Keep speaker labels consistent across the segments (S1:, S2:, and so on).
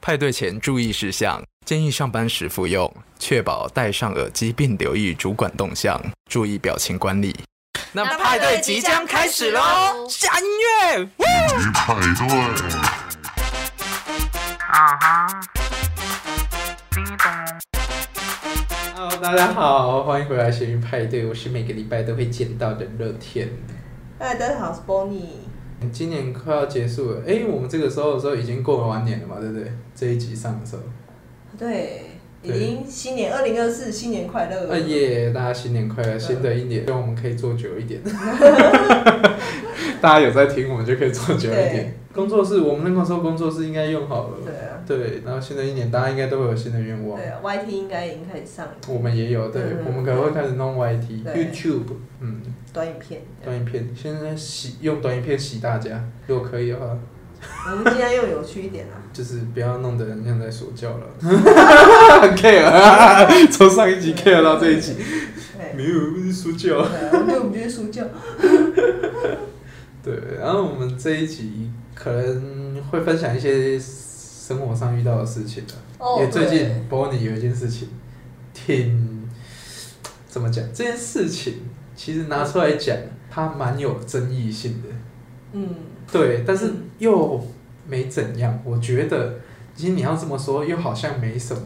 S1: 派对前注意事项：建议上班时服用，确保戴上耳机并留意主管动向，注意表情管理。那
S2: 那
S1: 派
S2: 派
S1: 对
S2: 对
S1: 即
S2: 即
S1: 将
S2: 将
S1: 开
S2: 开
S1: 始
S2: 始
S1: 喽！
S2: 喽
S1: 下音乐。
S3: 鱼派对。
S4: 啊哈，叮咚。
S5: Hello，大家好，欢迎回来咸鱼派对，我是每个礼拜都会见到的乐天。
S2: 嗨，大家好，我是 Bonnie。
S5: 今年快要结束了，哎，我们这个时候的时候已经过完完年了嘛，对不对？这一集上的时候，
S2: 对，已
S5: 对
S2: 经新年二零二四，新年快乐。啊
S5: 哎耶，大家新年快乐，新的一年，希望我们可以做久一点。 大家有在听，我们就可以做久一点。工作室，我们那个时候工作室应该用好了。
S2: 对啊，
S5: 对，然后新的一年，大家应该都会有新的愿望
S2: 对。啊，YT 应该已经开始上了
S5: 我们也有，对，
S2: 嗯
S5: 我们可能会开始弄 YT、
S2: 对
S5: YouTube，嗯，
S2: 短影片。
S5: 短影片，现在洗用短影片洗大家，如果可以的话，
S2: 我们今天又有趣一点啊啦。
S5: 就是不要弄得人像在说教 了。很 care 啊，从上一集 care 到这一集，
S2: 对，
S5: 没有不是说教。
S2: 对啊我们就我们就是输教。
S5: 对，然后我们这一集可能会分享一些生活上遇到的事情的、啊
S2: 哦
S5: 也最近
S2: 对
S5: Bonnie 有一件事情，挺怎么讲？这件事情其实拿出来讲，它蛮有争议性的。
S2: 嗯，
S5: 对，但是又没怎样。我觉得，其实你要这么说，又好像没什么。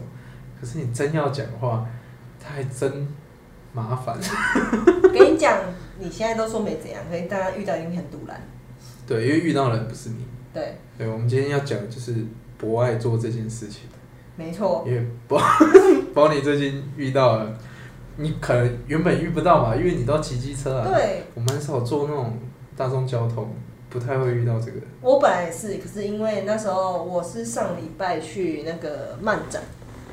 S5: 可是你真要讲话，它还真麻烦。
S2: 跟你讲，你现在都说没怎样，可是大家遇到一定很堵然。
S5: 对，因为遇到的人不是你。
S2: 对，
S5: 对，我们今天要讲的就是博爱做这件事情，
S2: 没错。
S5: 因为博 保你最近遇到了，你可能原本遇不到嘛，因为你都骑机车啊。，
S2: 对，
S5: 我们很少坐那种大众交通，不太会遇到这个。
S2: 我本来也是，可是因为那时候我是上礼拜去那个漫展，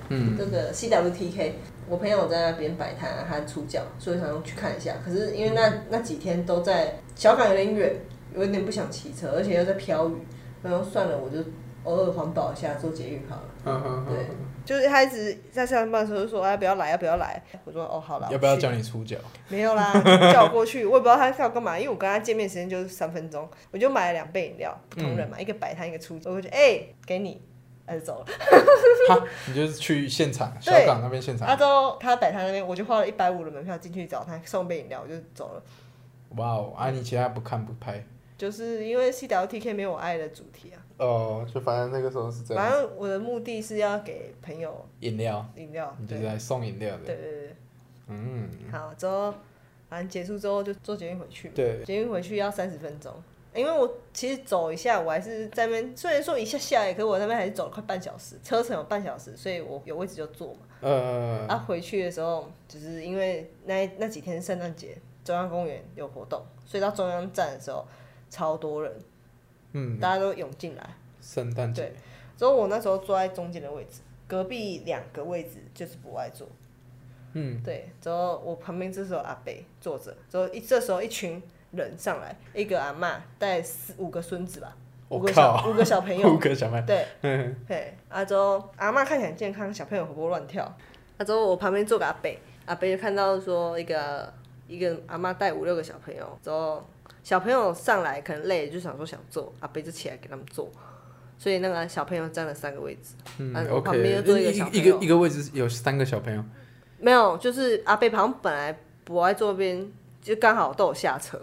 S5: 嗯
S2: 这个 CWTK，我朋友在那边摆摊啊，他出脚，所以想要去看一下。可是因为那那几天都在小港有点远，有点不想骑车，而且又在飘雨，然后算了，我就偶尔环保一下，做节育好了。
S5: 嗯嗯嗯
S2: 对。就是他一直在上班的时候就说：“哎，不要来，要不要来？”我说：“哦，好了。”
S5: 要不要叫？你出 脚？
S2: 没有啦，叫我过去，我也不知道他要干嘛，因为我跟他见面时间就是三分钟，我就买了两杯饮料，不同
S5: 嗯
S2: 人嘛，一个摆摊，一个出租，我就哎、给你，他就走了。
S5: 哈，你就是去现场，小
S2: 对
S5: 港那边现场
S2: 啊，。之后他摆摊那边，我就花了一百五的门票进去找他，送杯饮料，我就走了。
S5: 哇哦，啊，你其他不看不拍。
S2: 就是因为 CWTK 没有我爱的主题啊，
S5: 哦，就反正那个时候是这
S2: 反
S5: 样。
S2: 正我的目的是要给朋友
S5: 饮料，
S2: 饮料
S5: 你，就
S2: 对
S5: 是
S2: 对
S5: 来送饮料的。
S2: 对对
S5: 嗯，
S2: 对，好，之后反正结束之后就坐捷运回去嘛，
S5: 对，
S2: 捷运回去要三十分钟，因为我其实走一下，我还是在那边，虽然说一下下来，可是我那边还是走了快半小时，车程有半小时，所以我有位置就坐嘛。啊，
S5: 呃，
S2: 回去的时候，就是因为那那几天圣诞节，中央公园有活动，所以到中央站的时候超多人，
S5: 嗯，
S2: 大家都涌进来。
S5: 圣诞节
S2: 对，之后我那时候坐在中间的位置，隔壁两个位置就是不爱坐。
S5: 嗯，
S2: 对，之后我旁边这时候阿北坐着，之后一这时候一群人上来，一个阿嬷带四五个孙子吧，
S5: 我
S2: 五个
S5: 靠
S2: 小五个小 朋
S5: 五
S2: 友，
S5: 个小麦，
S2: 对，
S5: 嗯
S2: 嘿，阿周阿嬷看起来很健康，小朋友活蹦乱跳。阿周我旁边坐个阿北，阿北就看到说一个一个阿嬷带五六个小朋友，之后小朋友上来可能累，就想说想坐，阿北就起来给他们坐，所以那个小朋友占了三个位置，啊
S5: 嗯
S2: 我旁
S5: ，OK，
S2: 边又坐一个小
S5: 一
S2: 朋
S5: 一个
S2: 友
S5: 一个位置有三个小朋友，
S2: 没有，就是阿北好像本来不爱坐边，就刚好都有下车。啊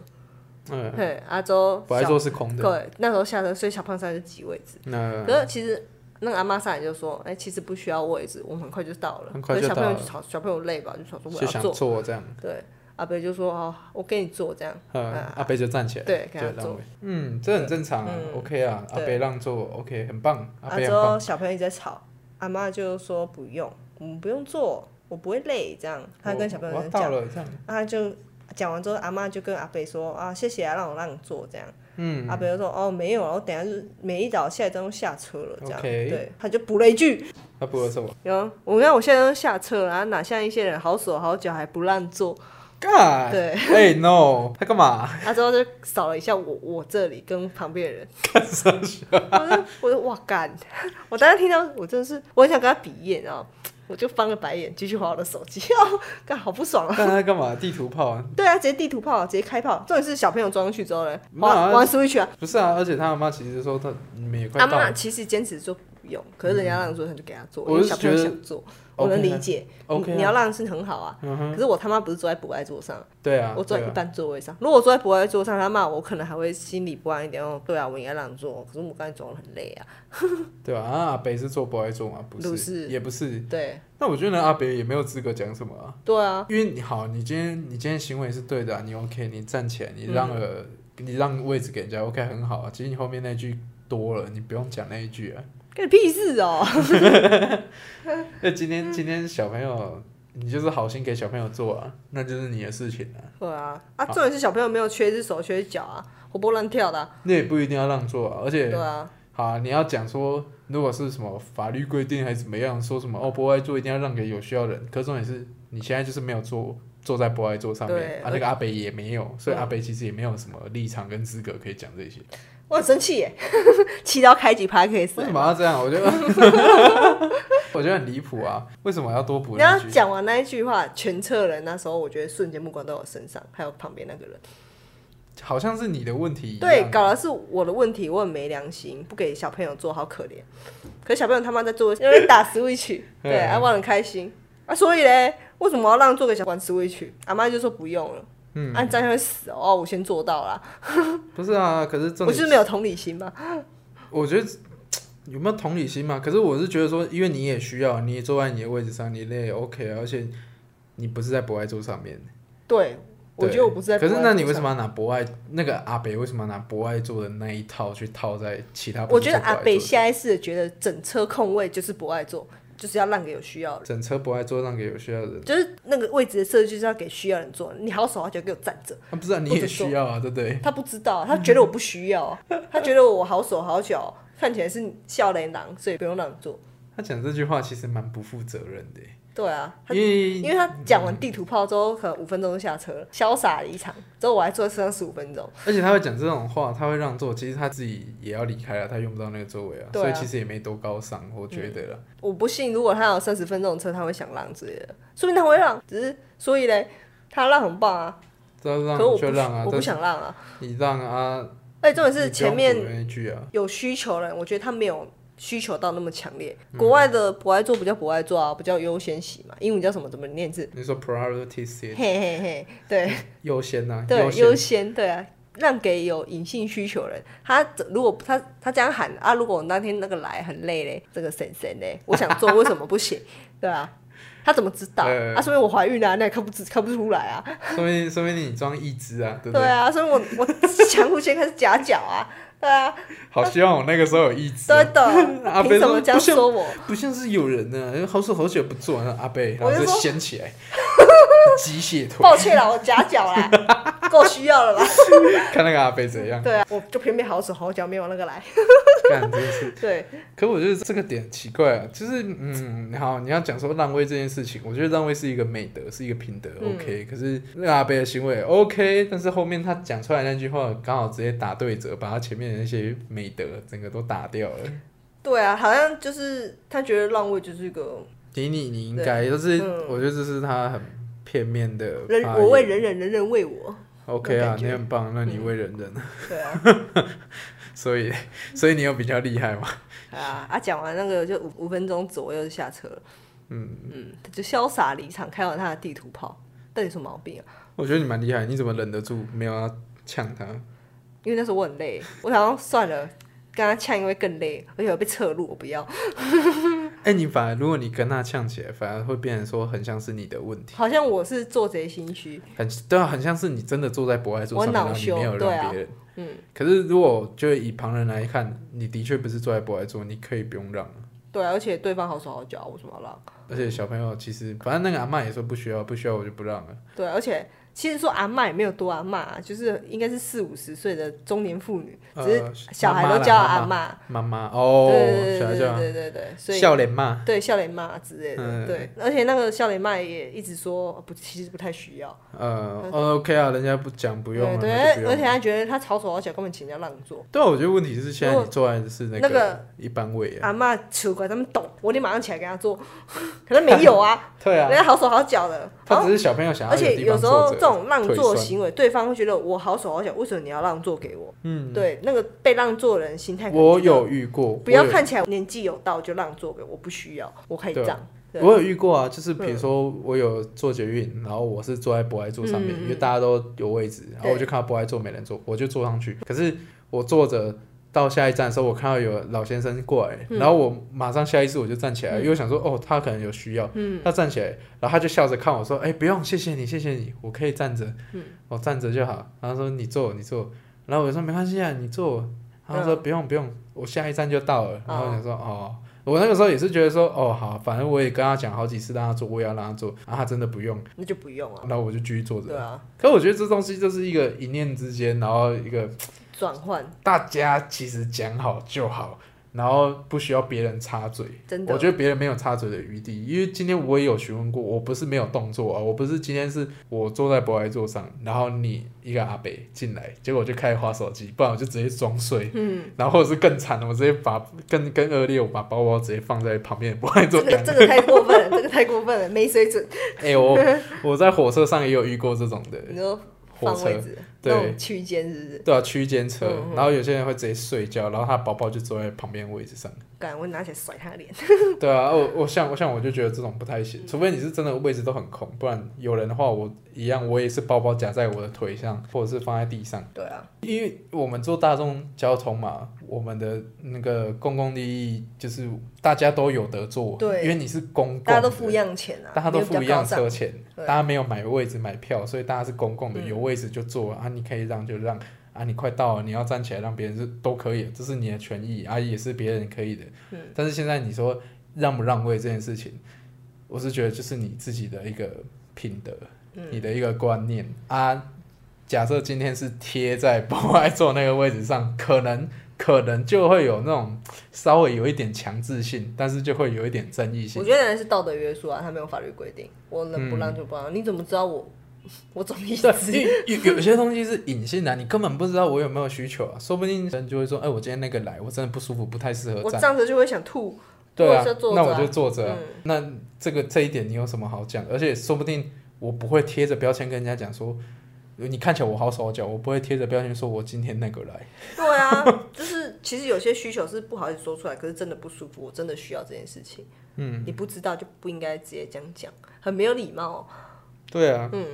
S5: 嗯，
S2: 对，阿周
S5: 本来说是空的，
S2: 对，那时候下车，所以小胖上来就挤位置。
S5: 那
S2: 可是其实那个阿妈上来就说：“哎、其实不需要位置，我们很快就到了。”
S5: 很快
S2: 可
S5: 就是
S2: 小朋友
S5: 到了
S2: 就吵，小朋友累吧，就想说我
S5: 就
S2: 要
S5: 想
S2: 坐。
S5: 坐这样，
S2: 对，阿北就说：“哦，我给你坐这样。
S5: 嗯，
S2: 啊
S5: 阿北就站起来，
S2: 对给
S5: 就
S2: 他
S5: 让
S2: 坐
S5: 位，嗯，这很正常啊
S2: 嗯
S5: ，OK 啊，阿
S2: 对
S5: 北让座，OK，很棒，阿
S2: 啊，
S5: 北
S2: 之
S5: 很
S2: 后
S5: 棒，
S2: 小朋友一直在吵，阿妈就说：“不用，我们不用坐，我不会累。”这样，他跟小朋
S5: 我哦
S2: 友
S5: 我要
S2: 在
S5: 到
S2: 讲，啊
S5: 了这样，
S2: 他就讲完之后，阿妈就跟阿北说：“啊，谢谢啊，让我让你坐这样。”
S5: 嗯
S2: 阿北就说：“哦，没有啊，我等一下就是每一早下一站都下车了，这样。”
S5: OK
S2: 对，他就补了一句
S5: 他不会说我：“
S2: 有，我看我现在都下车了，啊哪像一些人好手好脚还不让坐。
S5: God，
S2: 对
S5: 哎、no，他干嘛？”
S2: 他之后就扫了一下我我这里跟旁边的人，我就我就哇干！我当时听到我真的是我很想跟他比耶，然后我就翻个白眼，继续划我的手机， 哦，干好不爽啊！
S5: 看他干嘛？地图炮啊？
S2: 对啊，直接地图炮，直接开炮。重点是小朋友装上去之后呢，
S5: 没有啊
S2: 玩玩 Switch 啊，
S5: 不是啊，而且他阿妈其实说他你们也快
S2: 阿
S5: 到
S2: 妈
S5: 了，
S2: 其实坚持说不用，可是人家让你做，他就给他做，
S6: 嗯我
S2: 因为
S6: 是
S2: 小朋友
S6: 觉得
S2: 想做，我能
S6: OK 啊
S2: 理解。
S6: OK
S2: 你
S6: 啊
S2: 你要让是很好啊，
S6: 嗯哼
S2: 可是我他妈不是坐在博爱座上，
S6: 对啊，
S2: 我坐在
S6: 对
S2: 一
S6: 啊
S2: 般座位上。如果我坐在博爱座上，他骂我，我可能还会心里不安一点。哦，对啊，我应该让你做，可是我刚才走得很累啊。
S6: 对吧、啊？阿北是做博爱做吗？不是，
S2: 不是
S6: 也不是。
S2: 对，啊
S6: 那我觉得阿北也没有资格讲什么啊，
S2: 对啊，
S6: 因为你好，你今天你今天行为是对的、啊，你 OK，你站起来，你让了、
S2: 嗯
S6: 你让位置给人家 OK 很好啊。其实你后面那句多了，你不用讲那一句啊。
S2: 干你屁事哦、
S6: 那
S2: 嗯
S6: 今天今天小朋友，你就是好心给小朋友做啊，那就是你的事情啊，
S2: 对啊，啊，重点是小朋友没有缺一只手，缺一只脚啊，活蹦乱跳的啊、
S6: 那也不一定要让座啊。而且
S2: 对啊，
S6: 好、啊，你要讲说，如果是什么法律规定还是怎么样，说什么哦，博爱座一定要让给有需要的人。可是重点是，你现在就是没有坐坐在博爱座上
S2: 对
S6: 面，啊，
S2: 而
S6: 那个阿北也没有，所以
S2: 嗯啊
S6: 阿北其实也没有什么立场跟资格可以讲这些。
S2: 我很生气耶， 气到开几趴可以死啊
S6: 为。什么要这样？ 我觉得，我觉得很离谱啊！为什么要多补
S2: 然
S6: 一
S2: 后
S6: 句？
S2: 讲完那一句话，全车人那时候我觉得瞬间目光到我身上，还有旁边那个人。
S6: 好像是你的问题一样。
S2: 对，搞的是我的问题，我很没良心，不给小朋友做好可怜。可是小朋友他妈在 做，因为打 Switch，对，
S6: 嗯
S2: 阿旺很开心啊，所以嘞，为什么要让做给小玩 Switch？阿妈就说不用了，
S6: 嗯
S2: 啊，你这样会死哦，哦我先做到啦，
S6: 不是啊，可是重
S2: 我就
S6: 点
S2: 是没有同理心嘛，
S6: 我觉得有没有同理心嘛？可是我是觉得说，因为你也需要，你也坐在你的位置上，你累也 OK，啊而且你不是在博爱座上面。
S2: 对，我
S6: 对
S2: 觉得我不是在。
S6: 可是那你为什么？要拿博爱那个阿北为什么要拿博爱座的那一套去套在其他不
S2: 我
S6: 是
S2: 觉
S6: 做
S2: 得
S6: 博爱
S2: 阿
S6: 座的？
S2: 北下意识的觉得整车空位就是不爱坐，就是要让给有需要的人。
S6: 整车博爱座让给有需要的人，
S2: 就是那个位置的设计就是要给需要人坐，你好手好脚给我站着。
S6: 啊、不是、啊、你也需要啊，对不对？
S2: 他不知道，他觉得我不需要， 他觉得我好手好脚，看起来是笑脸狼，所以不用让你做。
S6: 他讲这句话其实蛮不负责任的耶，
S2: 对啊， 他
S6: 因
S2: 因
S6: 为
S2: 为他讲完地图炮之后，可能五分钟就下车了，潇洒离场。之后我还坐在车上十五分钟，
S6: 而且他会讲这种话，他会让座，其实他自己也要离开了，他用不到那个座位啊，
S2: 对啊嗯
S6: 所以其实也没多高尚，我觉得啦。
S2: 我不信如果他有三十分钟的车，他会想让之类的，说明他会让，只是所以嘞，他让很棒啊，
S6: 这要
S2: 可是
S6: 让
S2: 我
S6: 你
S2: 不
S6: 就让啊，
S2: 我不
S6: 但是
S2: 想让啊。
S6: 你让啊，
S2: 而且重点
S6: 你
S2: 是
S6: 不
S2: 前
S6: 用
S2: 面
S6: 补那一句啊，
S2: 有需求人，我觉得他没有需求到那么强烈。
S6: 嗯
S2: 国外的不爱做不叫不爱做啊，不叫优先席嘛，英文叫什么？怎么念字？
S6: 你说 priority seat
S2: 嘿嘿嘿，对
S6: 优先呐、啊，
S2: 对，
S6: 优
S2: 优
S6: 先，
S2: 先 对啊，让给有隐性需求人。他如果他他这样喊啊，如果我那天那个来很累嘞，这个神神 嘞，我想做为什么不行？对啊。他怎么知道？
S6: 呃
S2: 啊，说明我怀孕啊，那也看不出看不出来啊。
S6: 说明说明你装一只啊，对不
S2: 对
S6: 对？
S2: 啊，所以我我强迫先开始夹脚啊，对 啊，
S6: 好希望我那个时候有一只、
S2: 对
S6: 啊。
S2: 的，
S6: 阿
S2: 凭
S6: 贝
S2: 什
S6: 说
S2: 么这样
S6: 不像
S2: 说我？
S6: 不像是有人呢、因为好手好脚不做，然后阿贝然
S2: 我
S6: 后
S2: 就
S6: 就
S2: 说
S6: 掀起 来，机械腿，
S2: 抱歉啦，我夹脚啦， 够需要了吧？
S6: 看那个阿贝怎样，
S2: 对啊，我就偏偏好手好脚没往那个 来。
S6: 干真是。
S2: 对，
S6: 可我觉得这个点很奇怪啊，就是嗯，好，你要讲说让位这件事情，我觉得让位是一个美德，是一个品德、
S2: 嗯
S6: o k 可是那个阿贝的行为 OK，但是后面他讲出来那句话，刚好直接打对折，把他前面的那些美德整个都打掉了。
S2: 对啊，好像就是他觉得让位就是一个
S6: 迪尼，你应该，就是、
S2: 嗯
S6: 我觉得这是他很片面的
S2: 人，
S6: 发言。
S2: 我为人人，人人为我。
S6: OK
S2: 那种感，
S6: 啊你
S2: 觉
S6: 很棒，那你为人人，
S2: 对啊，
S6: 所以所以你有比较厉害嘛？
S2: 啊啊！讲完那个就五五分钟左右就下车了，
S6: 嗯，
S2: 嗯，他就潇洒离场，开完他的地图炮，到底有什么毛病啊？
S6: 我觉得你蛮厉害，你怎么忍得住没有要呛他？
S2: 因为那时候我很累，我想要算了，跟他呛因为更累，而且我被侧路，我不要，
S6: 哎、你反而如果你跟他呛起来，反而会变成说很像是你的问题，
S2: 好像我是做贼心虚，
S6: 很对啊，很像是你真的坐在博爱座上面，
S2: 我
S6: 然
S2: 恼
S6: 后你
S2: 羞
S6: 没有
S2: 对啊
S6: 让别人。
S2: 嗯，
S6: 可是如果就以旁人来看，你的确不是坐在博爱座，你可以不用让啊。
S2: 对啊，而且对方好手好脚，我为什么要让？
S6: 而且小朋友其实，反正那个阿嬷也说不需要，不需要我就不让了。
S2: 对，而且其实说阿嬷也没有多阿嬷啊，就是应该是四五十岁的中年妇女，只
S6: 呃
S2: 是小孩
S6: 妈妈
S2: 都
S6: 啦
S2: 叫
S6: 妈
S2: 阿
S6: 妈
S2: 嬷。
S6: 妈妈
S2: 对
S6: 哦，
S2: 对
S6: 小孩
S2: 对
S6: 叫
S2: 对
S6: 啊
S2: 对对对，所以
S6: 笑脸骂，
S2: 对笑脸妈之类的，
S6: 嗯
S2: 对，而且那个笑脸妈也一直说呃不，其实不太需要，
S6: 呃、哦 o k 啊，人家不讲不用
S2: 对
S6: 了，
S2: 对
S6: 那就，不
S2: 而
S6: 用
S2: 且
S6: 了。
S2: 他觉得他吵手好脚，根本请人家让座。
S6: 对啊，我觉得问题是现在
S2: 如
S6: 你
S2: 果
S6: 坐在的是那
S2: 那
S6: 个
S2: 个
S6: 一般位啊，
S2: 阿嬷奇怪，他们懂，我得马上起来给他 做，可能没有啊，
S6: 对啊
S2: 人，家好手好脚的，
S6: 他
S2: 然
S6: 只
S2: 后
S6: 是小朋友想要
S2: 哦而且
S6: 地
S2: 有
S6: 方
S2: 时候
S6: 坐
S2: 这
S6: 着
S2: 种让座
S6: 退酸
S2: 行为，对方会觉得我好手好脚，为什么你要让座给我？
S6: 嗯，，
S2: 对，那个被让座的人心态可能
S6: 我
S2: 觉得
S6: 有遇过，
S2: 不要
S6: 我有
S2: 看起来年纪有到就让座给我，我不需要，我可以
S6: 对啊
S2: 让。对
S6: 我有遇过啊，就是比如说我有坐捷运，然后我是坐在博爱座上面，
S2: 嗯
S6: 因为大家都有位置，然后我就看到博爱座没人坐，我就坐上去。可是我坐着到下一站的时候，我看到有老先生过来，
S2: 嗯
S6: 然后我马上下意识我就站起来，因为我想说哦，他可能有需要，
S2: 嗯
S6: 他站起来，然后他就笑着看我说，哎、不用，谢谢你，谢谢你，我可以站着，
S2: 嗯
S6: 我站着就好。然后说你坐，你坐，然后我就说没关系啊，你坐。然后他说
S2: 嗯
S6: 不用不用，我下一站就到了。然后我想说哦我那个时候也是觉得说，哦好，反正我也跟他讲好几次让他做，我也要让他做，然后他真的不用，
S2: 那就不用啊，
S6: 然后我就继续坐
S2: 对
S6: 着。
S2: 啊，
S6: 可我觉得这东西就是一个一念之间，然后一个
S2: 转换
S6: 大家其实讲好就好，然后不需要别人插嘴。
S2: 真的。
S6: 我觉得别人没有插嘴的余地，因为今天我也有询问过，我不是没有动作啊，我不是今天是我坐在博爱座上，然后你一个阿北进来，结果我就开始划手机，不然我就直接装睡，
S2: 嗯，
S6: 然后或者是更惨的，我直接把更更恶劣，我把包包直接放在旁边的博爱座
S2: 这个
S6: 杆
S2: 这个太过分了，这个太过分了，没水准。
S6: 哎、我我在火车上也有遇过这种的，
S2: 你说
S6: 火
S2: 放
S6: 车
S2: 位置，
S6: 对
S2: 那种区间是不是？
S6: 对啊，区间车，
S2: 嗯嗯
S6: 然后有些人会直接睡觉，然后他包包就坐在旁边位置上。
S2: 敢我拿起来甩他 脸，
S6: 对啊，我我像我像我就觉得这种不太行，除非你是真的位置都很空，不然有人的话，我一样我也是包包夹在我的腿上，或者是放在地上。
S2: 对啊，
S6: 因为我们做大众交通嘛，我们的那个公共利益就是大家都有得做，
S2: 对
S6: 因为你是公共，
S2: 大家都付一，样钱啊，
S6: 大家都
S2: 没有比较
S6: 付一样
S2: 高尚
S6: 车钱，
S2: 对
S6: 大家没有买位置买票，所以大家是公共的，
S2: 嗯
S6: 有位置就坐啊，你可以让就让啊，你快到了你要站起来让别人是都可以，这是你的权益啊，也是别人可以的。
S2: 嗯
S6: 但是现在你说让不让位这件事情，我是觉得就是你自己的一个品德，
S2: 嗯
S6: 你的一个观念啊。假设今天是贴在博爱座那个位置上，可能可能就会有那种稍微有一点强制性，但是就会有一点争议性
S2: 我。觉得人是道德约束啊，他没有法律规定，我能不让就不让。你怎么知道我我怎么意思？
S6: 嗯对，因为有有些东西是隐性的啊、你根本不知道我有没有需求啊，说不定人就会说，哎、我今天那个来，我真的不舒服，不太适合
S2: 我
S6: 站。
S2: 站着就会想吐，
S6: 对啊
S2: 我就，坐着
S6: 那
S2: 啊
S6: 我就坐着、啊。
S2: 嗯
S6: 那这个这一点你有什么好讲？而且说不定我不会贴着标签跟人家讲说，你看起来我好手好脚，我不会贴着标签说我今天那个来。
S2: 对啊，就是其实有些需求是不好意思说出来，可是真的不舒服，我真的需要这件事情。
S6: 嗯，
S2: 你不知道就不应该直接这样讲，很没有礼貌哦、
S6: 对啊，
S2: 嗯，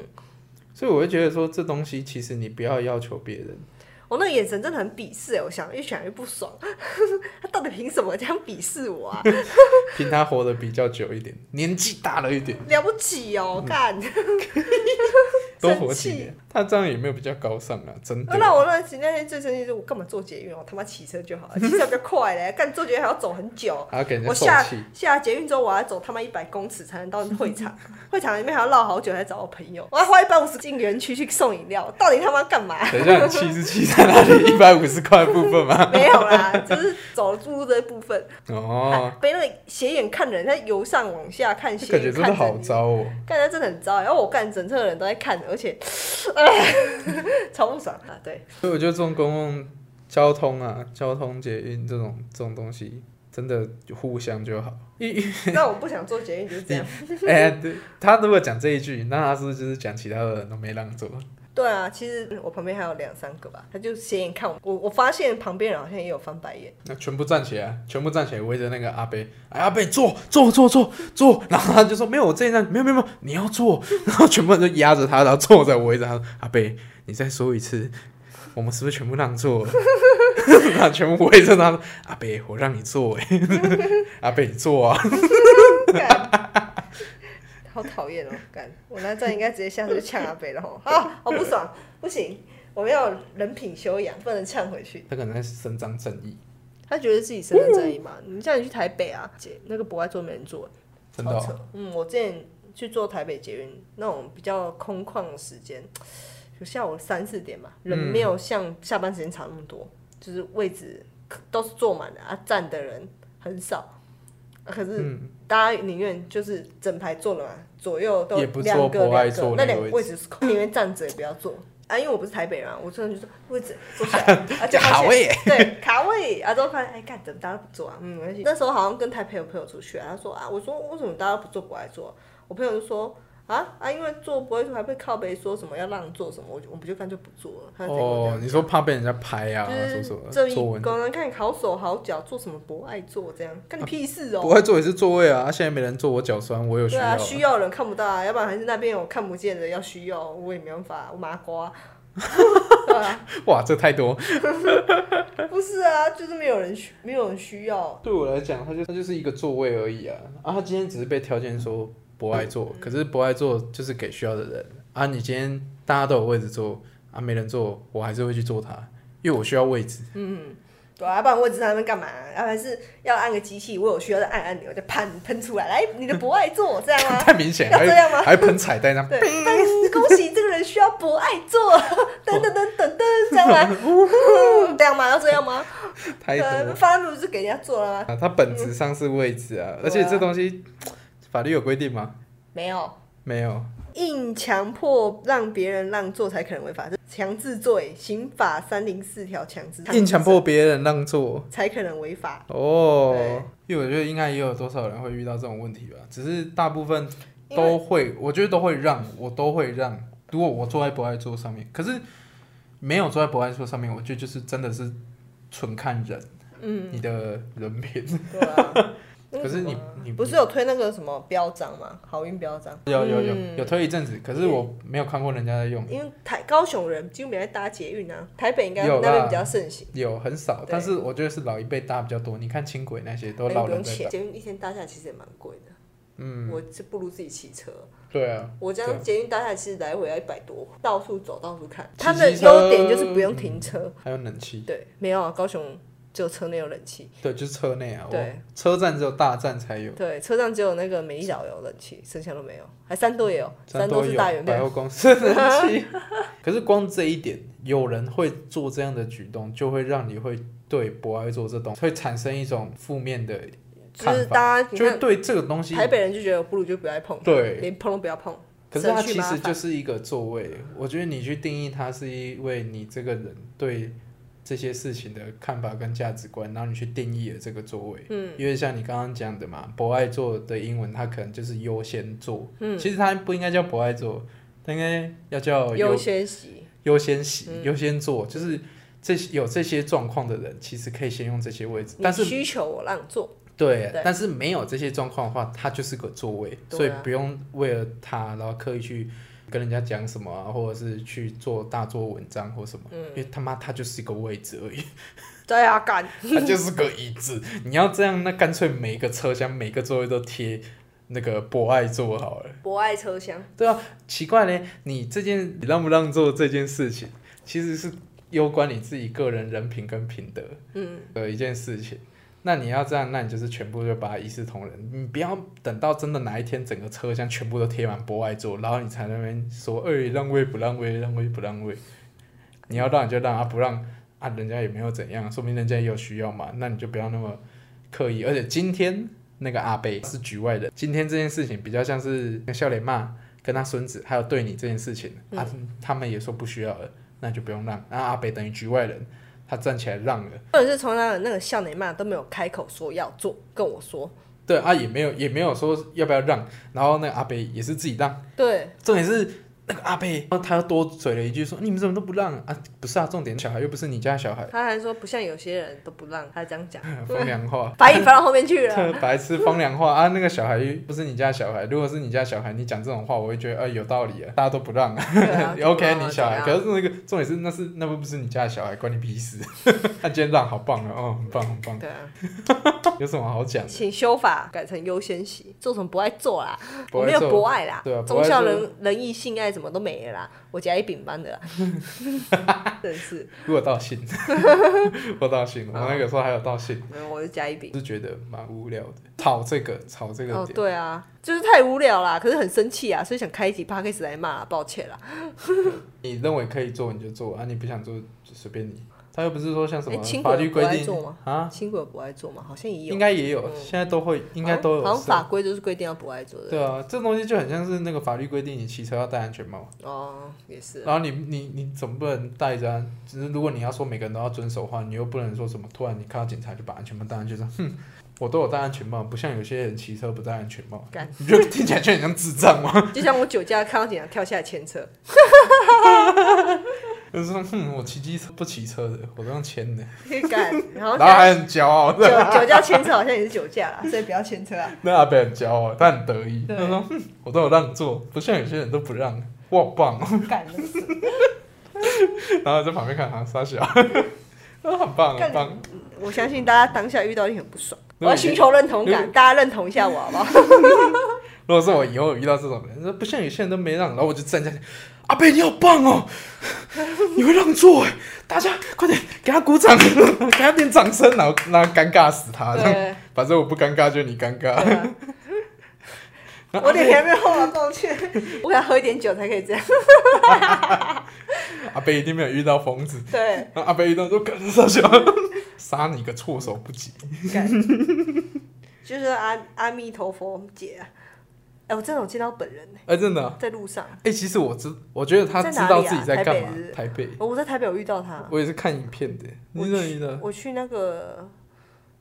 S6: 所以我会觉得说这东西其实你不要要求别人。
S2: 我、那个眼神真的很鄙视哎、我想越想越不爽，他到底凭什么这样鄙视我啊？
S6: 凭他活得比较久一点，年纪大了一点，
S2: 了不起哦、
S6: 嗯
S2: 干！
S6: 多
S2: 生
S6: 活
S2: 气
S6: 几年，他这样也没有比较高尚啊，真的。
S2: 让我那时那天最生气就是我干嘛坐捷运，我他妈骑车就好了，骑车比较快嘞，干坐捷运还要走很久。
S6: 还要给人家
S2: 我
S6: 啊受
S2: 下
S6: 气。
S2: 下捷运之后，我还要走他妈一百公尺才能到会场，会场里面还要绕好久才找我朋友，我还花一百五十进园区去送饮料，到底他妈干嘛？
S6: 等一下，你气是气在哪里？一百五十块的部分 吗？
S2: 没有啦，就是走路这部分，
S6: 哦，
S2: 被那个斜眼看人，他由上往下看，斜
S6: 感觉
S2: 眼
S6: 真
S2: 看
S6: 的
S2: 着
S6: 好
S2: 你，
S6: 糟哦。
S2: 干他真的很糟。欸然后我干整车的人都在看，而且，哎 超不爽啊！对，
S6: 所以我觉得这种公共交通啊、交通捷运这种这种东西，真的互相就好。一
S2: 那我不想做捷运就是这样。
S6: 哎、对，他如果讲这一句，那他是不是就是讲其他的人都没让座？
S2: 对啊，其实嗯我旁边还有两三个吧，他就斜眼看我，我我发现旁边人好像也有翻白眼，
S6: 那全部站起来，全部站起来围着那个阿贝，哎，阿贝坐坐坐坐坐，然后他就说没有，我这一站没有没有没有，你要坐，然后全部人就压着他，然后坐着围着他，阿贝，你再说一次，我们是不是全部让座 了？然后全部围着他，阿贝，我让你坐，哎，阿贝你坐啊，
S2: 干好讨厌哦！干，我那站应该直接下去呛阿北了吼，啊，好不爽，不行，我们要有人品修养，不能呛回去。
S6: 他可能在伸张正义，
S2: 他觉得自己身份正义嘛，你叫你去台北啊，姐那个博爱座没人坐，
S6: 真的、
S2: 超扯
S6: 哦，
S2: 嗯，我之前去坐台北捷运那种比较空旷的时间，就下午三四点嘛，
S6: 嗯
S2: 人没有像下班时间长那么多，就是位置都是坐满的啊，站的人很少。啊可是
S6: 嗯，
S2: 大家宁愿就是整排坐了嘛，左右都
S6: 也不坐
S2: 两个
S6: 博爱
S2: 两个
S6: 座，
S2: 那
S6: 那个
S2: 两个
S6: 位
S2: 位置是空，宁愿站着也不要坐。啊，因为我不是台北人啊，我真的就是位置坐 下来，啊就
S6: 卡
S2: 发现
S6: 位耶，
S2: 对，卡位，然后发现哎，干怎么大家都不做啊？嗯，没关系。那时候好像跟台北有朋友出去、啊，他说啊，我说为什么大家都不做不爱做？我朋友就说啊啊，因为做不会做，还被靠背说什么要让做什么，我就我不就干脆不做了。他就直接跟我嗯
S6: 哦，你说怕被人家拍啊，
S2: 讲
S6: 说
S2: 就
S6: 什
S2: 是
S6: 么
S2: 这一
S6: 作文
S2: 工人看你好手好脚，做什么不爱做，这样干你屁事哦、
S6: 啊不会做也是座位啊，啊现在没人坐，我脚酸，我有需
S2: 对
S6: 要
S2: 啊，
S6: 啊。
S2: 需要的人看不到啊，要不然还是那边有看不见的要需要，我也没办法，我麻瓜。对啊，
S6: 哇，这太多。
S2: 不是啊，就是没有人需，没有人需要。
S6: 对我来讲，它就它就是一个座位而已啊。啊，他今天只是被条件说不爱坐，
S2: 嗯
S6: 可是不爱坐就是给需要的人啊。你今天大家都有位置坐啊，没人坐，我还是会去坐它，因为我需要位 置。
S2: 对啊，要不然我只在那边干嘛？要不然是要按个机器，我有需要再按按钮，就喷喷出来，来你的博爱做这样吗？
S6: 太明显，
S2: 要
S6: 还
S2: 这样吗
S6: 还喷彩带呢。
S2: 对，但恭喜这个人需要博爱做，噔噔噔噔噔，这样吗？ 这样吗？要这样吗？
S6: 太多
S2: 呃，。 发怒是给人家做了吗？
S6: 啊，它本质上是位置啊，而且这东西法律有规定吗？
S2: 没有，
S6: 没有。
S2: 硬强迫让别人让座才可能违法，这强制罪，刑法三零四条强制，
S6: 硬强迫别人让座
S2: 才可能违法。
S6: 哦，因为我觉得应该也有多少人会遇到这种问题吧，只是大部分
S2: 因为
S6: 都会，我觉得都会让，我都会让。如果我坐在不爱坐上面，可是没有坐在不爱坐上面，我觉得就是真的是纯看人，嗯，你的人品。
S2: 对啊， 嗯
S6: 可是你你
S2: 不是有推那个什么标章吗？好运标章，
S6: 有有有有推一阵子，可是我没有看过人家在用，
S2: 嗯因为台高雄人几乎没在搭捷运啊，台北应该
S6: 有
S2: 那
S6: 啦
S2: 边比较盛行，
S6: 有很少，
S2: 对
S6: 但是我觉得是老一辈搭比较多。你看轻轨那些都
S2: 那
S6: 老
S2: 不用
S6: 人在
S2: 钱，
S6: 搭，
S2: 捷运一天搭下来其实也蛮贵的。
S6: 嗯，
S2: 我是不如自己骑车，
S6: 对啊，
S2: 我这
S6: 对
S2: 样捷运搭下来其实来回要一百多，到处走到处看。
S6: 骑
S2: 它的
S6: 机车
S2: 优点就是不用停车，
S6: 还有冷气，
S2: 对，没有啊，高雄只有车内有冷气，
S6: 对，就是车内啊，
S2: 对
S6: 我车站只有大站才有，
S2: 对，车上只有那个美丽岛有冷气，剩下都没有，还三多也有，三
S6: 站
S2: 多
S6: 都
S2: 是
S6: 嗯有
S2: 大圆
S6: 百
S2: 票
S6: 货，公司的冷气。可是光这一点，有人会做这样的举动，就会让你会对博爱做这东，会产生一种负面的
S2: 就
S6: 看
S2: 是
S6: 法，
S2: 大家你
S6: 就会
S2: 看
S6: 对这个东西。
S2: 台北人就觉得不如就不要碰，
S6: 对
S2: 连碰都不要碰，
S6: 可是它
S2: 省去
S6: 其
S2: 麻
S6: 实
S2: 烦
S6: 就是一个座位，我觉得你去定义它是因为你这个人对这些事情的看法跟价值观，然后你去定义了这个座位。嗯，因为像你刚刚讲的嘛，博爱座的英文它可能就是优先座，嗯，其实它不应该叫博爱座，它应该要叫
S2: 优
S6: 优
S2: 先嗯席，
S6: 优先席、优先座，就是这些有这些状况的人，其实可以先用这些位置，
S2: 你
S6: 但是
S2: 需求我让座，
S6: 对，
S2: 对
S6: 但是没有这些状况的话，它就是个座位，
S2: 对啊
S6: 所以不用为了它，然后刻意去跟人家讲什么啊，或者是去做大做文章或什么，
S2: 嗯
S6: 因为他妈它就是一个位置而已，
S2: 对啊，干，
S6: 它就是个椅子。你要这样，那干脆每一个车厢、每个座位都贴那个博爱座好了。
S2: 博爱车厢，
S6: 对啊，奇怪嘞，你这件你让不让座这件事情，其实是攸关你自己个人人品跟品德
S2: 嗯，
S6: 的一件事情。那你要这样，那你就是全部就把它一视同仁，你不要等到真的哪一天整个车厢全部都贴满博爱座，然后你才在那边说，哎、让位不让位，让位不让位。你要让你就让，啊不让啊，人家也没有怎样，说明人家也有需要嘛，那你就不要那么刻意。而且今天那个阿贝是局外人，今天这件事情比较像是笑脸骂跟他孙子，还有对你这件事情，啊，他们也说不需要了，那你就不用让。那阿北等于局外人，他站起来让了。
S2: 或者是从那个那个笑你骂都没有开口说要做，跟我说，
S6: 对啊，也没有也没有说要不要让，然后那个阿北也是自己让，
S2: 对，
S6: 重点是那个阿北，然后他又多嘴了一句说你们怎么都不让啊啊？不是啊，重点小孩又不是你家小孩，
S2: 他还说不像有些人都不让，他这样讲，，
S6: 风凉话
S2: 白眼翻到后面去 了，
S6: 白痴风凉话啊！那个小孩又不是你家小孩，如果是你家小孩，你讲这种话，我会觉得呃有道理啊，大家都不让啊。
S2: 对啊
S6: OK，
S2: 怎么
S6: 你小孩，
S2: 怎么
S6: 可是那个重点是那是那不是你家的小孩，关你屁事。 他今天让好棒啊，哦，很棒很棒，
S2: 对啊，
S6: 有什么好讲的？
S2: 请修法改成优先席，做什么不爱做啦。
S6: 不
S2: 我
S6: 会
S2: 没有
S6: 做
S2: 博爱啦，
S6: 对啊
S2: 忠
S6: 博爱
S2: 孝
S6: 做
S2: 仁仁义性爱什么都没了啦，我甲乙丙班 的啦，真是，
S6: 我有 道姓，我道姓，
S2: 哦
S6: 我那个时候还有道姓，
S2: 没有我是甲乙丙。
S6: 是觉得蛮无聊的，吵这个吵这个
S2: 哦，
S6: 点，
S2: 对啊，就是太无聊啦，可是很生气啊，所以想开一集 p o d 来骂啦，抱歉啦。
S6: 你认为可以做你就做啊，你不想做就随便你。他又不是说像什
S2: 哎
S6: 么
S2: 轻轨
S6: 法律
S2: 不
S6: 规
S2: 爱
S6: 定
S2: 做吗
S6: 啊，
S2: 轻轨不爱做嘛，好像也有，哦
S6: 应该也有，现在都会应该都有
S2: 好
S6: 啊
S2: 像好像
S6: 设
S2: 法规就是规定要不爱做的。
S6: 对啊，这东西就很像是那个法律规定，你骑车要戴安全帽，
S2: 哦，也是啊。
S6: 然后你你你总不能戴着、啊，只是如果你要说每个人都要遵守的话，你又不能说什么突然你看到警察就把安全帽戴上去说，哼，我都有戴安全帽，不像有些人骑车不戴安全帽
S2: 干，
S6: 你就听起来就很像智障嘛。
S2: 就像我酒驾看到警察跳下来牵车，
S6: 就是说，哼，我骑机车不骑车的，我都用牵的，
S2: 干，然后
S6: 然后还很骄傲
S2: 酒
S6: 的。
S2: 酒驾牵车好像也是酒驾啦，所以不要牵车啊。
S6: 那阿北很骄傲，他很得意，
S2: 对
S6: 他说，哼，我都有让座，不像有些人都不让，我好棒哦。
S2: 干，真的是
S6: 然后在旁边看，啊，傻小， 他很棒，很棒。
S2: 我相信大家当下遇到一定很不爽。
S6: 如
S2: 我
S6: 果
S2: 要
S6: 你
S2: 寻求认同
S6: 如
S2: 感，大家认同一下我好不 好？
S6: 如果是我以后有遇到这种人，说不像有些人都没让，然后我就站起来，阿贝你好棒哦， 你会让座哎，大家快点给他鼓掌， 给他点掌声，然后让他尴尬死他。这样
S2: 对
S6: 反正我不尴尬，就你尴
S2: 对
S6: 尬。
S2: 啊我脸还没有红了，啊抱歉， 我要喝一点酒才可以这样。
S6: 阿贝一定没有遇到疯子，
S2: 对，
S6: 然后阿贝遇到说干啥小， 杀你个措手不及。
S2: 干，就是阿阿弥陀佛姐、啊。哎、我真的有见到本人、欸，
S6: 哎、真的啊、
S2: 在路上，
S6: 哎、其实我知，我觉得他
S2: 在
S6: 知
S2: 哪里
S6: 道
S2: 啊
S6: 自己在干嘛
S2: 台北是。不是
S6: 台北，
S2: 我在台北有遇到他，
S6: 我也是看影片的。
S2: 我去
S6: 你怎么遇到？
S2: 我去那个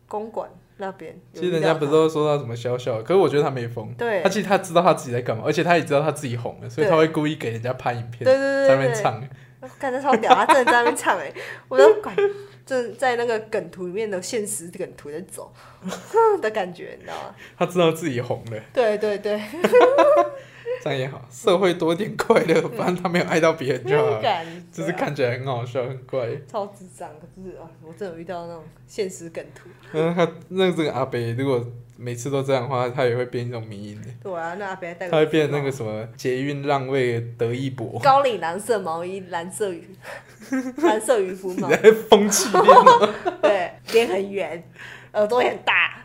S2: 公馆那边，有
S6: 其实
S2: 遇
S6: 人家
S2: 到
S6: 不是
S2: 他
S6: 都说他什么小小，可是我觉得他没疯。
S2: 对
S6: 他其实他知道他自己在干嘛，而且他也知道他自己红了，所以
S2: 对
S6: 他会故意给人家拍影片，
S2: 对对对对
S6: 在那边唱。
S2: 干得超屌，他真的在那边唱哎、我都管，就是在那个梗图里面的现实梗图在走 的感觉，你知道吗？
S6: 他知道自己红了，
S2: 对对对，
S6: 这样也 好，社会多点快乐，不然他没有爱到别人就好了。
S2: 感
S6: 就是看起来很好笑，很怪。
S2: 超智障，可是啊，我真的有遇到那种现实梗图。
S6: 嗯，他那这个阿北如果每次都这样的话，他也会变一种迷因的，
S2: 对啊，那阿北还戴个
S6: 他会变那个什么捷运让位德意博，
S2: 高领蓝色毛衣、蓝色渔 蓝色渔夫 帽
S6: 你，在风气变 了。
S2: 对，脸很圆，耳朵也很大，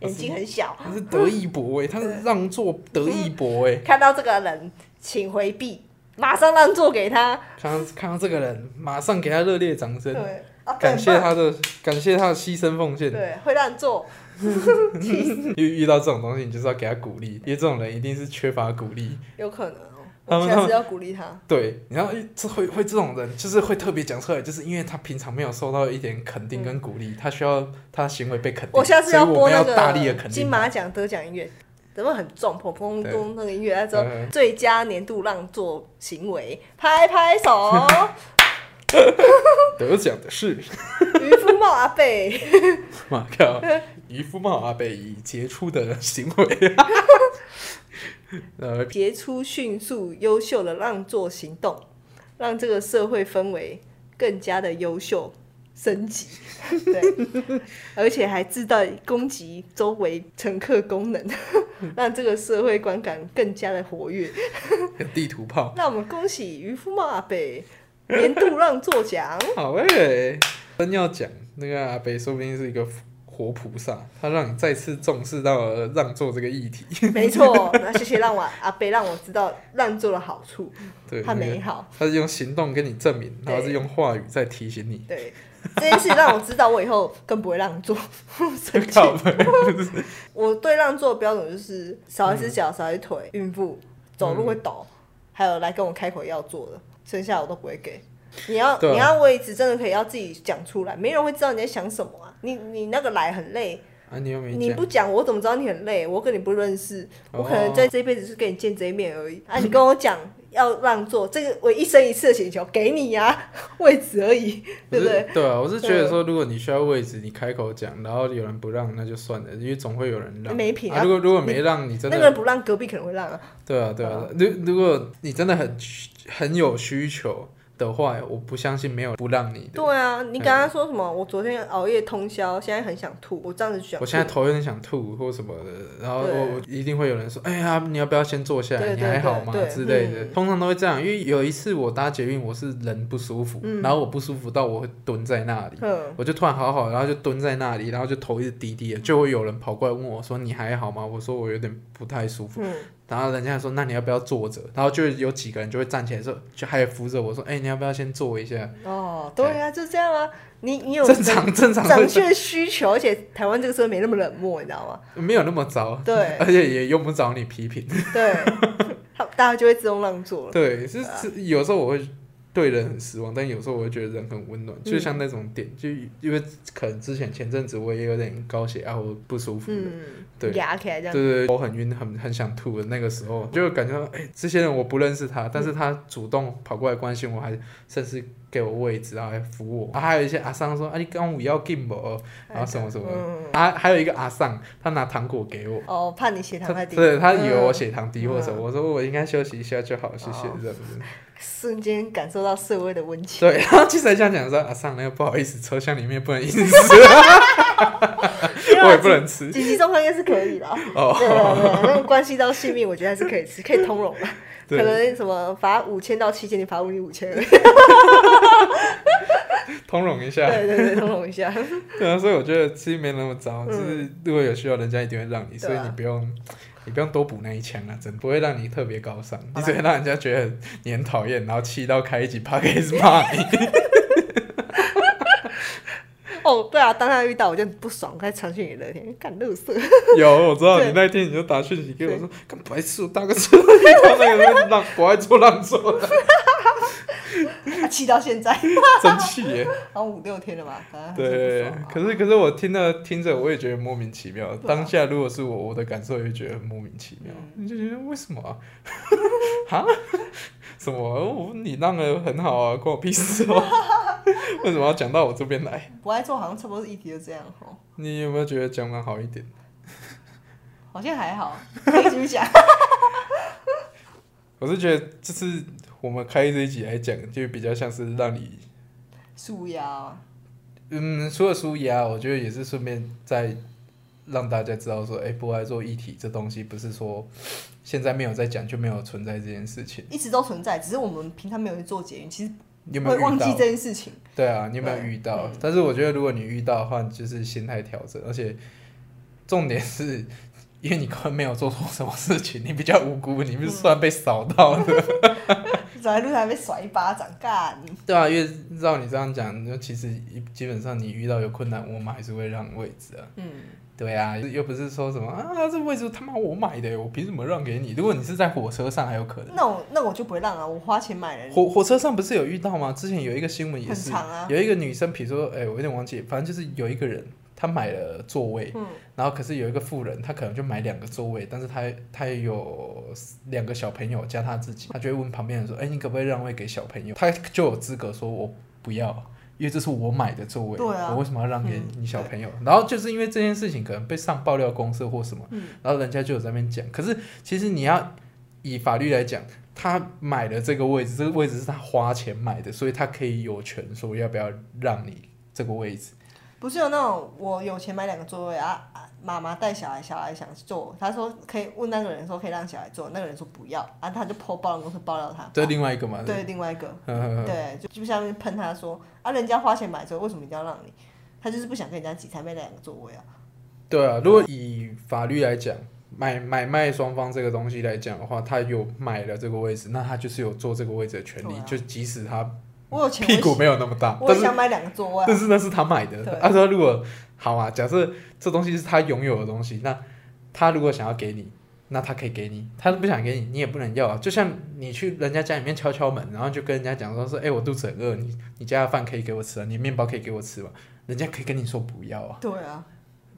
S2: 眼睛很小。
S6: 他是德意博哎，他是让座德意博哎。
S2: 看到这个人，请回避，马上让座给他。
S6: 看到看到这个人，马上给他热烈掌声，
S2: 对，啊、
S6: 感谢
S2: 很
S6: 他的感谢他的牺牲奉献
S2: 棒。。对，会让座。
S6: 遇 遇到这种东西，你就是要给他鼓励，因为这种人一定是缺乏鼓励。
S2: 有可能哦、
S6: 他
S2: 我
S6: 们
S2: 下次要鼓励他。
S6: 对，然后一这会会这种人，就是会特别讲出来，就是因为他平常没有受到一点肯定跟鼓励，他需要他的行为被肯定。
S2: 我下次
S6: 所以我
S2: 播
S6: 们
S2: 那
S6: 要大力的
S2: 个
S6: 肯定
S2: 金马奖得奖音乐，怎么很重，砰砰
S6: 对
S2: 咚那个音乐，啊那之后
S6: 嗯
S2: 最佳年度让座行为，拍拍手，
S6: 得奖的是，
S2: 渔夫帽阿贝，
S6: 马 靠，啊渔夫帽阿贝以杰出的行为， 呃，
S2: 杰出、迅速、优秀的让座行动，让这个社会氛围更加的优秀。升级， 对，而且还自带攻击周围乘客功能， 让这个社会观感更加的活跃。
S6: 有地图炮。
S2: 那我们恭喜渔夫帽阿贝年度让座 奖。
S6: 好诶、真要讲那个阿北，说不定是一个活菩萨，他让你再次重视到了让座这个议题。
S2: 没错，那谢谢让我阿贝让我知道让座的好处，
S6: 对，
S2: 它
S6: 那个
S2: 美好。
S6: 他是用行动跟你证明，
S2: 对
S6: 然后是用话语在提醒你。
S2: 对，这件事让我知道我以后更不会让 座。生 气
S6: 靠北不是
S2: 我对让座的标准就是少一只脚、少一只腿、孕妇、走路会抖，还有来跟我开口要座的，剩下我都不会给。你要、
S6: 对啊
S2: 你要位置真的可以要自己讲出来，没人会知道你在想什么啊！你你那个来很累，
S6: 啊，你又没
S2: 你
S6: 讲
S2: 不，讲，我怎么知道你很累？我跟你不认识，我
S6: 哦
S2: 可能在这辈子是跟你见这一面而已。啊，你跟我讲要让座，这个我一生一次的请求给你呀、位置而已，对
S6: 不
S2: 不
S6: 是
S2: 对？
S6: 对啊，我是觉得说，如果你需要位置，你开口讲，然后有人不让，那就算了，因为总会有人让。
S2: 没品啊
S6: 啊！如果如果没让，你真
S2: 那个人
S6: 的
S2: 不让，隔壁可能会让啊。
S6: 对啊对啊，如如果你真的很需很有需求的话，我不相信没有不让你的。
S2: 对啊，你刚
S6: 嗯
S2: 刚说什么？我昨天熬夜通宵，现在很想吐，我这样子想吐。
S6: 我现在头有点想吐或什么的，然后
S2: 对
S6: 我我一定会有人说，哎呀，你要不要先坐下来？
S2: 对
S6: 你
S2: 对
S6: 还好
S2: 对
S6: 吗？
S2: 对
S6: 之类的，
S2: 嗯
S6: 通常都会这样。因为有一次我搭捷运，我是人不舒服，然后我不舒服到我会蹲在那里，
S2: 嗯，
S6: 我就突然好好，然后就蹲在那里，然后就头一直低低的，就会有人跑过来问我说，你还好吗？我说我有点不太舒服，
S2: 嗯
S6: 然后人家说那你要不要坐着？然后就有几个人就会站起来说，就还扶着我说，哎，你要不要先坐一下？
S2: 哦，对啊，就这样啊。你你有
S6: 正 常正常
S2: 正
S6: 会
S2: 确需求，而且台湾这个社会没那么冷漠，你知道吗？
S6: 没有那么糟，
S2: 对
S6: 而且也用不着你批评。
S2: 对，他大家就会自动让座了。啊
S6: 对，是是，有时候我会对人很失望，但有时候我会觉得人很温
S2: 嗯
S6: 暖，就像那种点，就因为可能之前前阵子我也有点高血压或不舒服的，
S2: 嗯，
S6: 对
S2: 压起来这样，
S6: 对对，对我很晕，很很想吐的那个时候，就感觉到哎、这些人我不认识他，但是他主动跑过来关心我，还甚至给我位置啊，还扶我。啊、还有一些阿桑说啊，你刚午要进不？然后什么什么的。
S2: 嗯，
S6: 啊，还有一个阿桑，他拿糖果给我，
S2: 哦，怕你血糖
S6: 他
S2: 太低，
S6: 对他以为我
S2: 嗯
S6: 血糖低或什么，
S2: 嗯
S6: 我说我应该休息一下就好，谢谢
S2: 哦
S6: 这样子。
S2: 瞬间感受到社会的温情，
S6: 对，然后其实还这样讲说，阿桑那个不好意思，车厢里面不能一直吃， 我也不能吃
S2: 紧急状况应该是可以啦。
S6: 哦。
S2: 对对对，那种关系到性命，我觉得还是可以吃，可以通融的。可
S6: 对
S2: 能什么罚五千到七千，你罚你五 千，
S6: 通融一下。
S2: 对对对，通融一下。
S6: 对啊，所以我觉得其实没那么糟，就是如果有需要，人家一定会让你，所
S2: 嗯
S6: 以
S2: 对啊
S6: 你不用，你不用多补那一枪啊，真的不会让你特别高尚，你只会让人家觉得你很讨厌，然后气到开一集 p o d c a s 骂你。
S2: 哦，对啊，当他遇到我就很不爽，在长讯也乐天，干乐色。
S6: 有，我知道
S2: 对
S6: 你那天你就打讯息给我说，干白痴，我搭个 车遇到那个人让国外做让座的，
S2: 啊气到现在，好
S6: 生气耶。
S2: 像五六天了吧？反正还是 不
S6: 对
S2: 爽啊，
S6: 可是可是我听到听着我也觉得莫名其妙。当下如果是我，我的感受也会觉得很莫名其妙，
S2: 嗯
S6: 你就觉得为什么啊？ 哈？什么？我你让的很好啊，关我屁事 哦！为什么要讲到我这边来？
S2: 不爱做好像差不多是议题就这样哦，
S6: 你有没有觉得讲完好一点？
S2: 好像还好，可以继续讲。
S6: 我是觉得这次我们开这一集来讲，就比较像是让你，
S2: 舒压，
S6: 嗯，除了舒压，我觉得也是顺便在让大家知道说，哎、不爱做议题这东西，不是说现在没有在讲就没有存在这件事情。
S2: 一直都存在，只是我们平常没有去做捷运，其实
S6: 你有没有
S2: 会
S6: 遇
S2: 忘记
S6: 到
S2: 这件事情。
S6: 对啊，你有没有
S2: 对嗯
S6: 遇到？但是我觉得，如果你遇到的话，你就是心态调整，而且重点是，因为你根本没有做错什么事情，你比较无辜，你
S2: 嗯
S6: 不是算被扫到的。
S2: 走在路上还被甩一巴掌，干！
S6: 对啊，因为照你这样讲，就其实一基本上你遇到有困难，我们还是会让位置啊。
S2: 嗯，
S6: 对啊，又不是说什么啊，这位置他妈我买的，我凭什么让给你？如果你是在火车上，还有可能。
S2: 那我那我就不会让啊，我花钱买人。
S6: 火火车上不是有遇到吗？之前有一个新闻也是，
S2: 很长啊
S6: 有一个女生，比如说，哎、我有点忘记，反正就是有一个人，她买了座位，
S2: 嗯
S6: 然后可是有一个富人，他可能就买两个座位，但是他他也有两个小朋友加他自己，他就会问旁边人说，哎、你可不可以让位给小朋友？他就有资格说我不要。因为这是我买的座位，
S2: 对啊
S6: 我为什么要让给你小朋友？然后就是因为这件事情可能被上爆料公社或什么，
S2: 嗯
S6: 然后人家就有在那边讲。可是其实你要以法律来讲，他买了这个位置，这个位置是他花钱买的，所以他可以有权说要不要让你这个位置。
S2: 不是有那种我有钱买两个座位啊，啊妈妈带小孩，小孩想坐，他说可以问那个人说可以让小孩坐，那个人说不要，啊，他就泼爆料公司爆料他。
S6: 这是另外一个嘛？嗯
S2: 对，另外一个，
S6: 呵呵呵，
S2: 对，就就下面喷他说啊，人家花钱买座位，为什么一定要让你？他就是不想跟人家挤，才买两个座位啊。
S6: 对啊。如果以法律来讲，买买卖双方这个东西来讲的话，他有买了这个位置，那他就是有坐这个位置的权利。
S2: 对啊
S6: 就即使他
S2: 我有钱，
S6: 屁股
S2: 我
S6: 没有那么大，
S2: 也我
S6: 但
S2: 也
S6: 是
S2: 想买两个座位
S6: 但
S2: 啊。
S6: 是那是他买
S2: 对
S6: 的。他说、如果好啊，假设这东西是他拥有的东西，那他如果想要给你，那他可以给你；他不想给你，你也不能要啊。就像你去人家家里面敲敲门，然后就跟人家讲说是，哎、我肚子很饿，你你家的饭可以给我吃啊，你的面包可以给我吃吗？人家可以跟你说不要啊。
S2: 对啊，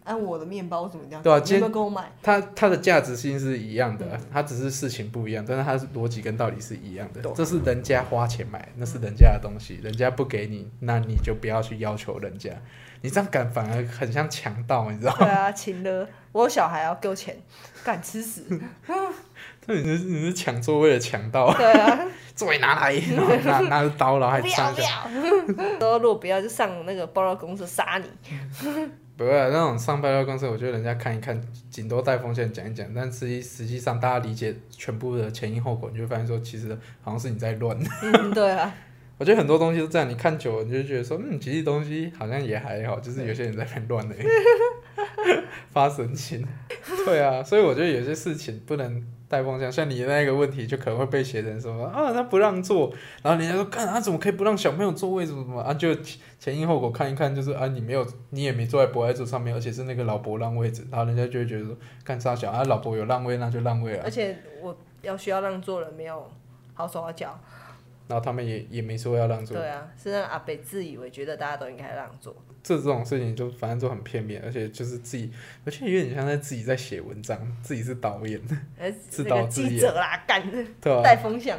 S2: 按、我的面包我怎么这样？
S6: 对啊
S2: 你有
S6: 今
S2: 没有跟我买？
S6: 它它的价值性是一样的，它只是事情不一样，但是它是逻辑跟道理是一样的
S2: 懂。
S6: 这是人家花钱买，那是人家的东西，人家不给你，那你就不要去要求人家。你这样敢反而很像强盗，你知道吗？
S2: 对啊，请了，我有小孩要给我钱，敢吃屎？
S6: 这你是你是抢座位的强盗，
S2: 对啊，
S6: 座位拿来，然后拿拿着刀，然后还
S2: 不要
S6: 上
S2: 不
S6: 下。
S2: 要，说如果不要就上那个爆料公司杀你。
S6: 不会、啊、那种上班料公司，我觉得人家看一看，顶多带风险讲一讲，但实际实际上大家理解全部的前因后果，你就会发现说，其实好像是你在乱。
S2: 嗯，对啊，
S6: 我觉得很多东西都这样，你看久了你就觉得说，嗯，其实东西好像也还好，就是有些人在那边乱而已 发神经。对啊，所以我觉得有些事情不能带风向，像你那个问题就可能会被写成什么啊，他不让座，然后人家说，看他怎么可以不让小朋友座位，怎么怎么啊，就前因后果看一看，就是啊，你没有，你也没坐在博爱座上面，而且是那个老伯让位置，然后人家就会觉得说，干啥小啊，老伯有让位那就让位啊
S2: 而，且我要需要让座人没有好手好脚，
S6: 然后他们也也没说要让座，
S2: 对啊，是让阿北自以为觉得大家都应该让座，
S6: 这这种事情就反正都很片面，而且就是自己，我觉得有点像在自己在写文章，自己是导演，
S2: 哎，
S6: 自
S2: 那
S6: 导
S2: 个
S6: 自
S2: 记
S6: 演
S2: 者啦，干
S6: 对啊吧、
S2: 带风向，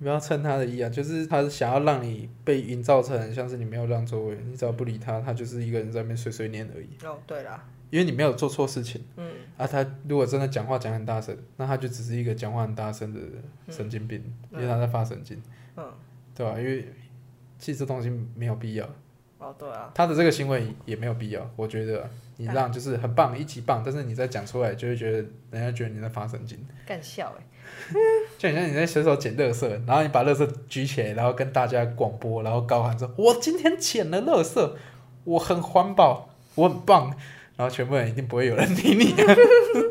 S6: 不要趁他的意啊，就是他想要让你被营造成像是你没有让座位，你只要不理他，他就是一个人在那边碎碎念而已，
S2: 哦，对啦，
S6: 因为你没有做错事情
S2: 嗯，
S6: 啊。他如果真的讲话讲很大声，那他就只是一个讲话很大声的神经病，因为他在发神经，
S2: 嗯，
S6: 对吧、因为其实这东西没有必要。
S2: 哦，对啊，
S6: 他的这个行为也没有必要，我觉得啊你让就是很棒，一级棒，但是你再讲出来，就会觉得人家觉得你在发神经，
S2: 干笑哎，
S6: 就很像你在随手捡垃圾，然后你把垃圾举起来，然后跟大家广播，然后高喊说：“我今天捡了垃圾，我很环保，我很棒。”然后全部人一定不会有人理你、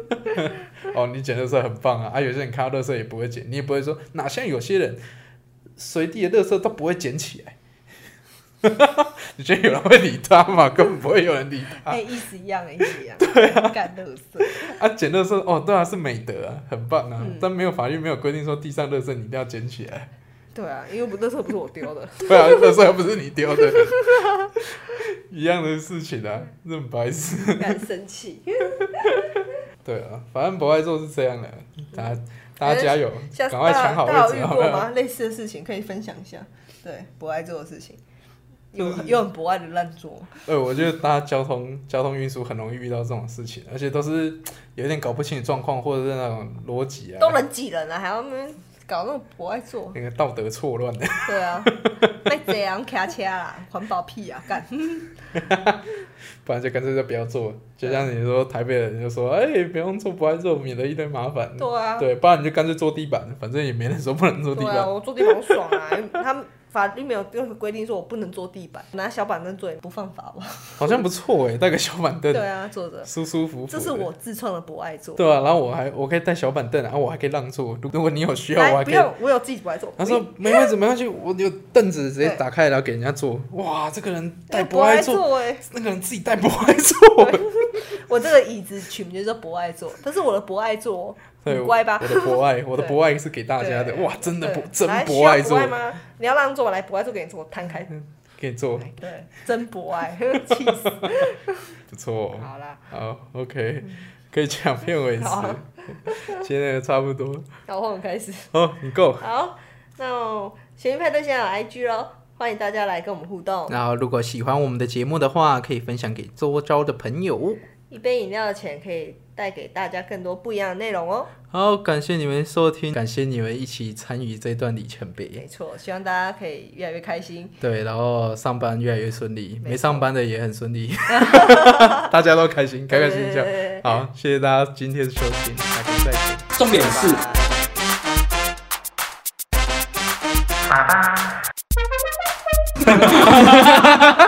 S6: 哦，你捡垃圾很棒啊！啊，有些人看到垃圾也不会捡，你也不会说哪像有些人随地的垃圾都不会捡起来。你觉得有人会理他吗？根本不会有人理他。
S2: 哎，意思一样，意思一样，对啊，干乐色，
S6: 啊，捡垃圾哦，对啊，是美德啊，很棒啊。但没有法律没有规定说地上垃圾你一定要捡起来，
S2: 对啊，因为不乐色不是我丢 的，
S6: 对啊，垃圾又不是你丢的，一样的事情啊，这很白痴。
S2: 干生气，
S6: 对啊，反正不爱做是这样的，大家大家加油，
S2: 下次
S6: 赶快抢好
S2: 大哎家大家
S6: 位
S2: 有
S6: 置，
S2: 遇
S6: 好不
S2: 过
S6: 好？
S2: 吗？类似的事情可以分享一下，对，不爱做的事情，有
S6: 就是
S2: 有很不爱的烂做，
S6: 对，我觉得大家交通交通运输很容易遇到这种事情，而且都是有点搞不清楚状况，或者是那种逻辑啊，
S2: 都能挤人了，还要那边搞那种不爱做，
S6: 那个道德错乱的。
S2: 对 啊，卖这样卡车啦，环保屁啊，干，
S6: 嗯不然就干脆就不要做。就像你说台北人就说，哎、不用做，不爱做，免得一堆麻烦。
S2: 嗯对啊
S6: 对，不然你就干脆坐地板，反正也没人说不能坐地
S2: 对
S6: 板。
S2: 啊，我坐地板好爽啊，因为他们法律没有任何规定说我不能坐地板，拿小板凳坐也不犯法吧？
S6: 好像不错哎，带个小板凳，
S2: 对啊，坐着，
S6: 舒舒服服。
S2: 这是我。自创的不爱坐。
S6: 对啊，然后我还我可以带小板凳，然啊后我还可以让座。 如如果你有需要，我
S2: 来，
S6: 还
S2: 不
S6: 可以。
S2: 用，我有自己不爱坐。
S6: 他说没关系，没关系，我有凳子直接
S2: 对
S6: 打开，然后给人 家坐。哇，这个人带
S2: 哎
S6: 不
S2: 不
S6: 爱
S2: 爱
S6: 坐，
S2: 坐哎、
S6: 那个人自己带不 爱坐。
S2: 我这个椅子取名就叫不爱坐，但是我的不爱坐哦，
S6: 对，
S2: 很乖吧
S6: 我？的博 爱，我的博爱是给大家的。
S2: 对
S6: 哇，真的
S2: 对
S6: 不真
S2: 来需
S6: 博
S2: 要
S6: 爱嗯坐，
S2: 吗？你要让座，来不爱坐给你坐，摊开。
S6: 可以坐，
S2: 对，真不爱， 气死。
S6: 不错哦。
S2: 好啦，
S6: 好，OK，可以讲片尾词
S2: 好啊，
S6: 今天的差不多。
S2: 那我们开始。
S6: 哦，你够。
S2: 好，那咸鱼派对现在有 IG 喽，欢迎大家来跟我们互动。
S6: 那如果喜欢我们的节目的话，可以分享给周遭的朋友。
S2: 一杯饮料的钱可以带给大家更多不一样的内容哦。
S6: 好，感谢你们收听，感谢你们一起参与这段里程
S2: 没
S6: 碑。
S2: 错，希望大家可以越来越开心。
S6: 对，然后上班越来越顺利，
S2: 没
S6: 没上班的也很 顺利，大家都开心，开开心心
S2: 对对对对。
S6: 好，谢谢大家今天的收听，下期再见。
S7: 重点是。
S4: 爸爸。